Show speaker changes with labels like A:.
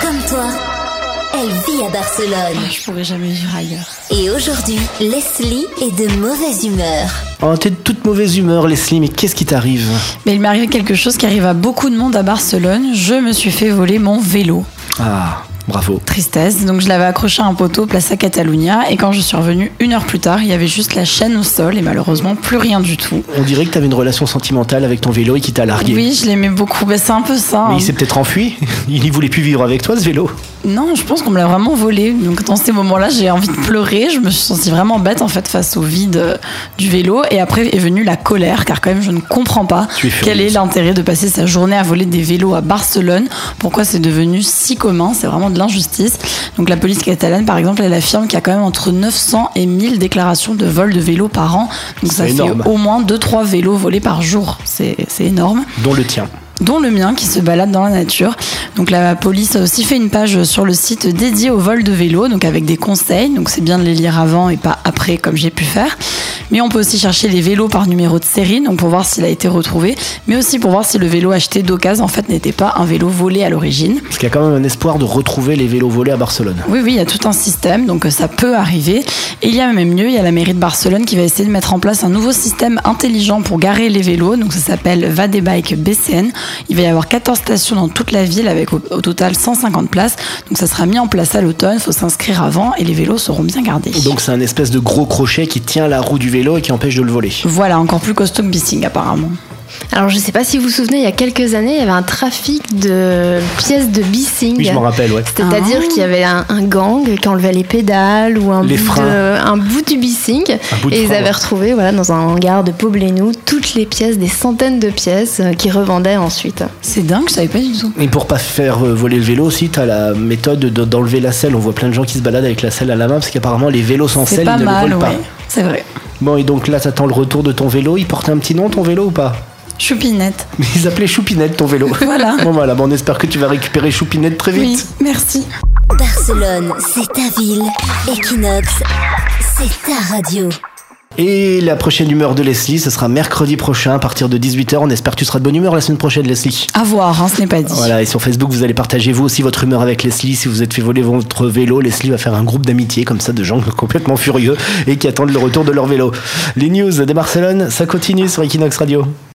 A: Comme toi, elle vit à Barcelone.
B: Ah, Je pourrais jamais vivre ailleurs.
A: Et aujourd'hui, Leslie est de mauvaise humeur.
C: Oh, t'es de toute mauvaise humeur, Leslie, mais qu'est-ce qui t'arrive
B: Mais il m'est arrivé quelque chose qui arrive à beaucoup de monde à Barcelone. Je me suis fait voler mon vélo.
C: Ah, bravo.
B: Tristesse. Donc je l'avais accroché à un poteau place à Catalunya. Et quand je suis revenue une heure plus tard, il y avait juste la chaîne au sol et malheureusement plus rien du tout.
C: On dirait que t'avais une relation sentimentale avec ton vélo et qu'il t'a largué.
B: Oui, je l'aimais beaucoup. Bah, c'est un peu ça.
C: Mais
B: hein.
C: il s'est peut-être enfui. Il y voulait plus vivre avec toi, ce vélo.
B: Non, je pense qu'on me l'a vraiment volé. Donc dans ces moments-là, j'ai envie de pleurer. Je me suis sentie vraiment bête en fait face au vide euh, du vélo. Et après est venue la colère, car quand même je ne comprends pas
C: Tu es furieuse.
B: quel est l'intérêt de passer sa journée à voler des vélos à Barcelone. Pourquoi c'est devenu si commun C'est vraiment de l'injustice. Donc la police catalane, par exemple, elle affirme qu'il y a quand même entre 900 et 1000 déclarations de vol de vélos par an. Donc ça
C: C'est énorme.
B: fait au moins 2-3 vélos volés par jour. C'est c'est énorme
C: Dont le tien.
B: dont le mien qui se balade dans la nature. Donc la police a aussi fait une page sur le site dédiée au vol de vélo, donc avec des conseils. Donc c'est bien de les lire avant et pas après comme j'ai pu faire. Mais on peut aussi chercher les vélos par numéro de série, donc pour voir s'il a été retrouvé, mais aussi pour voir si le vélo acheté d'occasion en fait n'était pas un vélo volé à l'origine.
C: Parce qu'il y a quand même un espoir de retrouver les vélos volés à Barcelone.
B: Oui, oui, il y a tout un système, donc euh, ça peut arriver. Et il y a même mieux, il y a la mairie de Barcelone qui va essayer de mettre en place un nouveau système intelligent pour garer les vélos, donc ça s'appelle Vadebike BCN. Il va y avoir 14 stations dans toute la ville avec au, au total 150 places, donc ça sera mis en place à l'automne, faut s'inscrire avant et les vélos seront bien gardés.
C: Donc c'est un espèce de gros crochet qui tient la roue du vélo et qui empêche de le voler.
B: Voilà, encore plus costaud que Bissing apparemment.
D: Alors je sais pas si vous vous souvenez, il y a quelques années, il y avait un trafic de pièces de bissing.
B: hein.
C: Oui, je m'en rappelle, ouais.
D: C'est-à-dire
B: Ah.
D: qu'il y avait un, un gang qui enlevait les pédales ou un,
C: Les
D: bout,
C: freins.
D: de- un bout du bissing.
C: Un bout de
D: Et ils
C: frein,
D: avaient
C: ouais.
D: retrouvé voilà, dans un hangar de Poblenou toutes les pièces, des centaines de pièces euh, qu'ils revendaient ensuite.
B: C'est dingue, je savais pas du tout.
C: Et pour pas faire euh, voler le vélo aussi, t'as la méthode de- d'enlever la selle. On voit plein de gens qui se baladent avec la selle à la main parce qu'apparemment les vélos sans
B: C'est
C: selle
B: pas
C: ils ne
B: mal,
C: le volent
B: ouais. C'est vrai.
C: pas. Bon et donc là t'attends le retour de ton vélo. Il portait un petit nom ton vélo ou pas
B: Choupinette.
C: Ils appelaient Choupinette ton vélo.
B: Voilà.
C: Bon voilà, bon, on espère que tu vas récupérer Choupinette très
B: Oui,
C: vite.
B: merci.
A: Barcelone, c'est ta ville. Equinox, c'est ta radio.
C: Et la prochaine humeur de Leslie, ce sera mercredi prochain à partir de 18h. On espère que tu seras de bonne humeur la semaine prochaine Leslie.
B: À voir, hein, ce n'est pas dit.
C: Voilà, et sur Facebook, vous allez partager vous aussi votre humeur avec Leslie. Si vous êtes fait voler votre vélo, Leslie va faire un groupe d'amitié comme ça de gens complètement furieux et qui attendent le retour de leur vélo. Les news de Barcelone, ça continue sur Equinox Radio.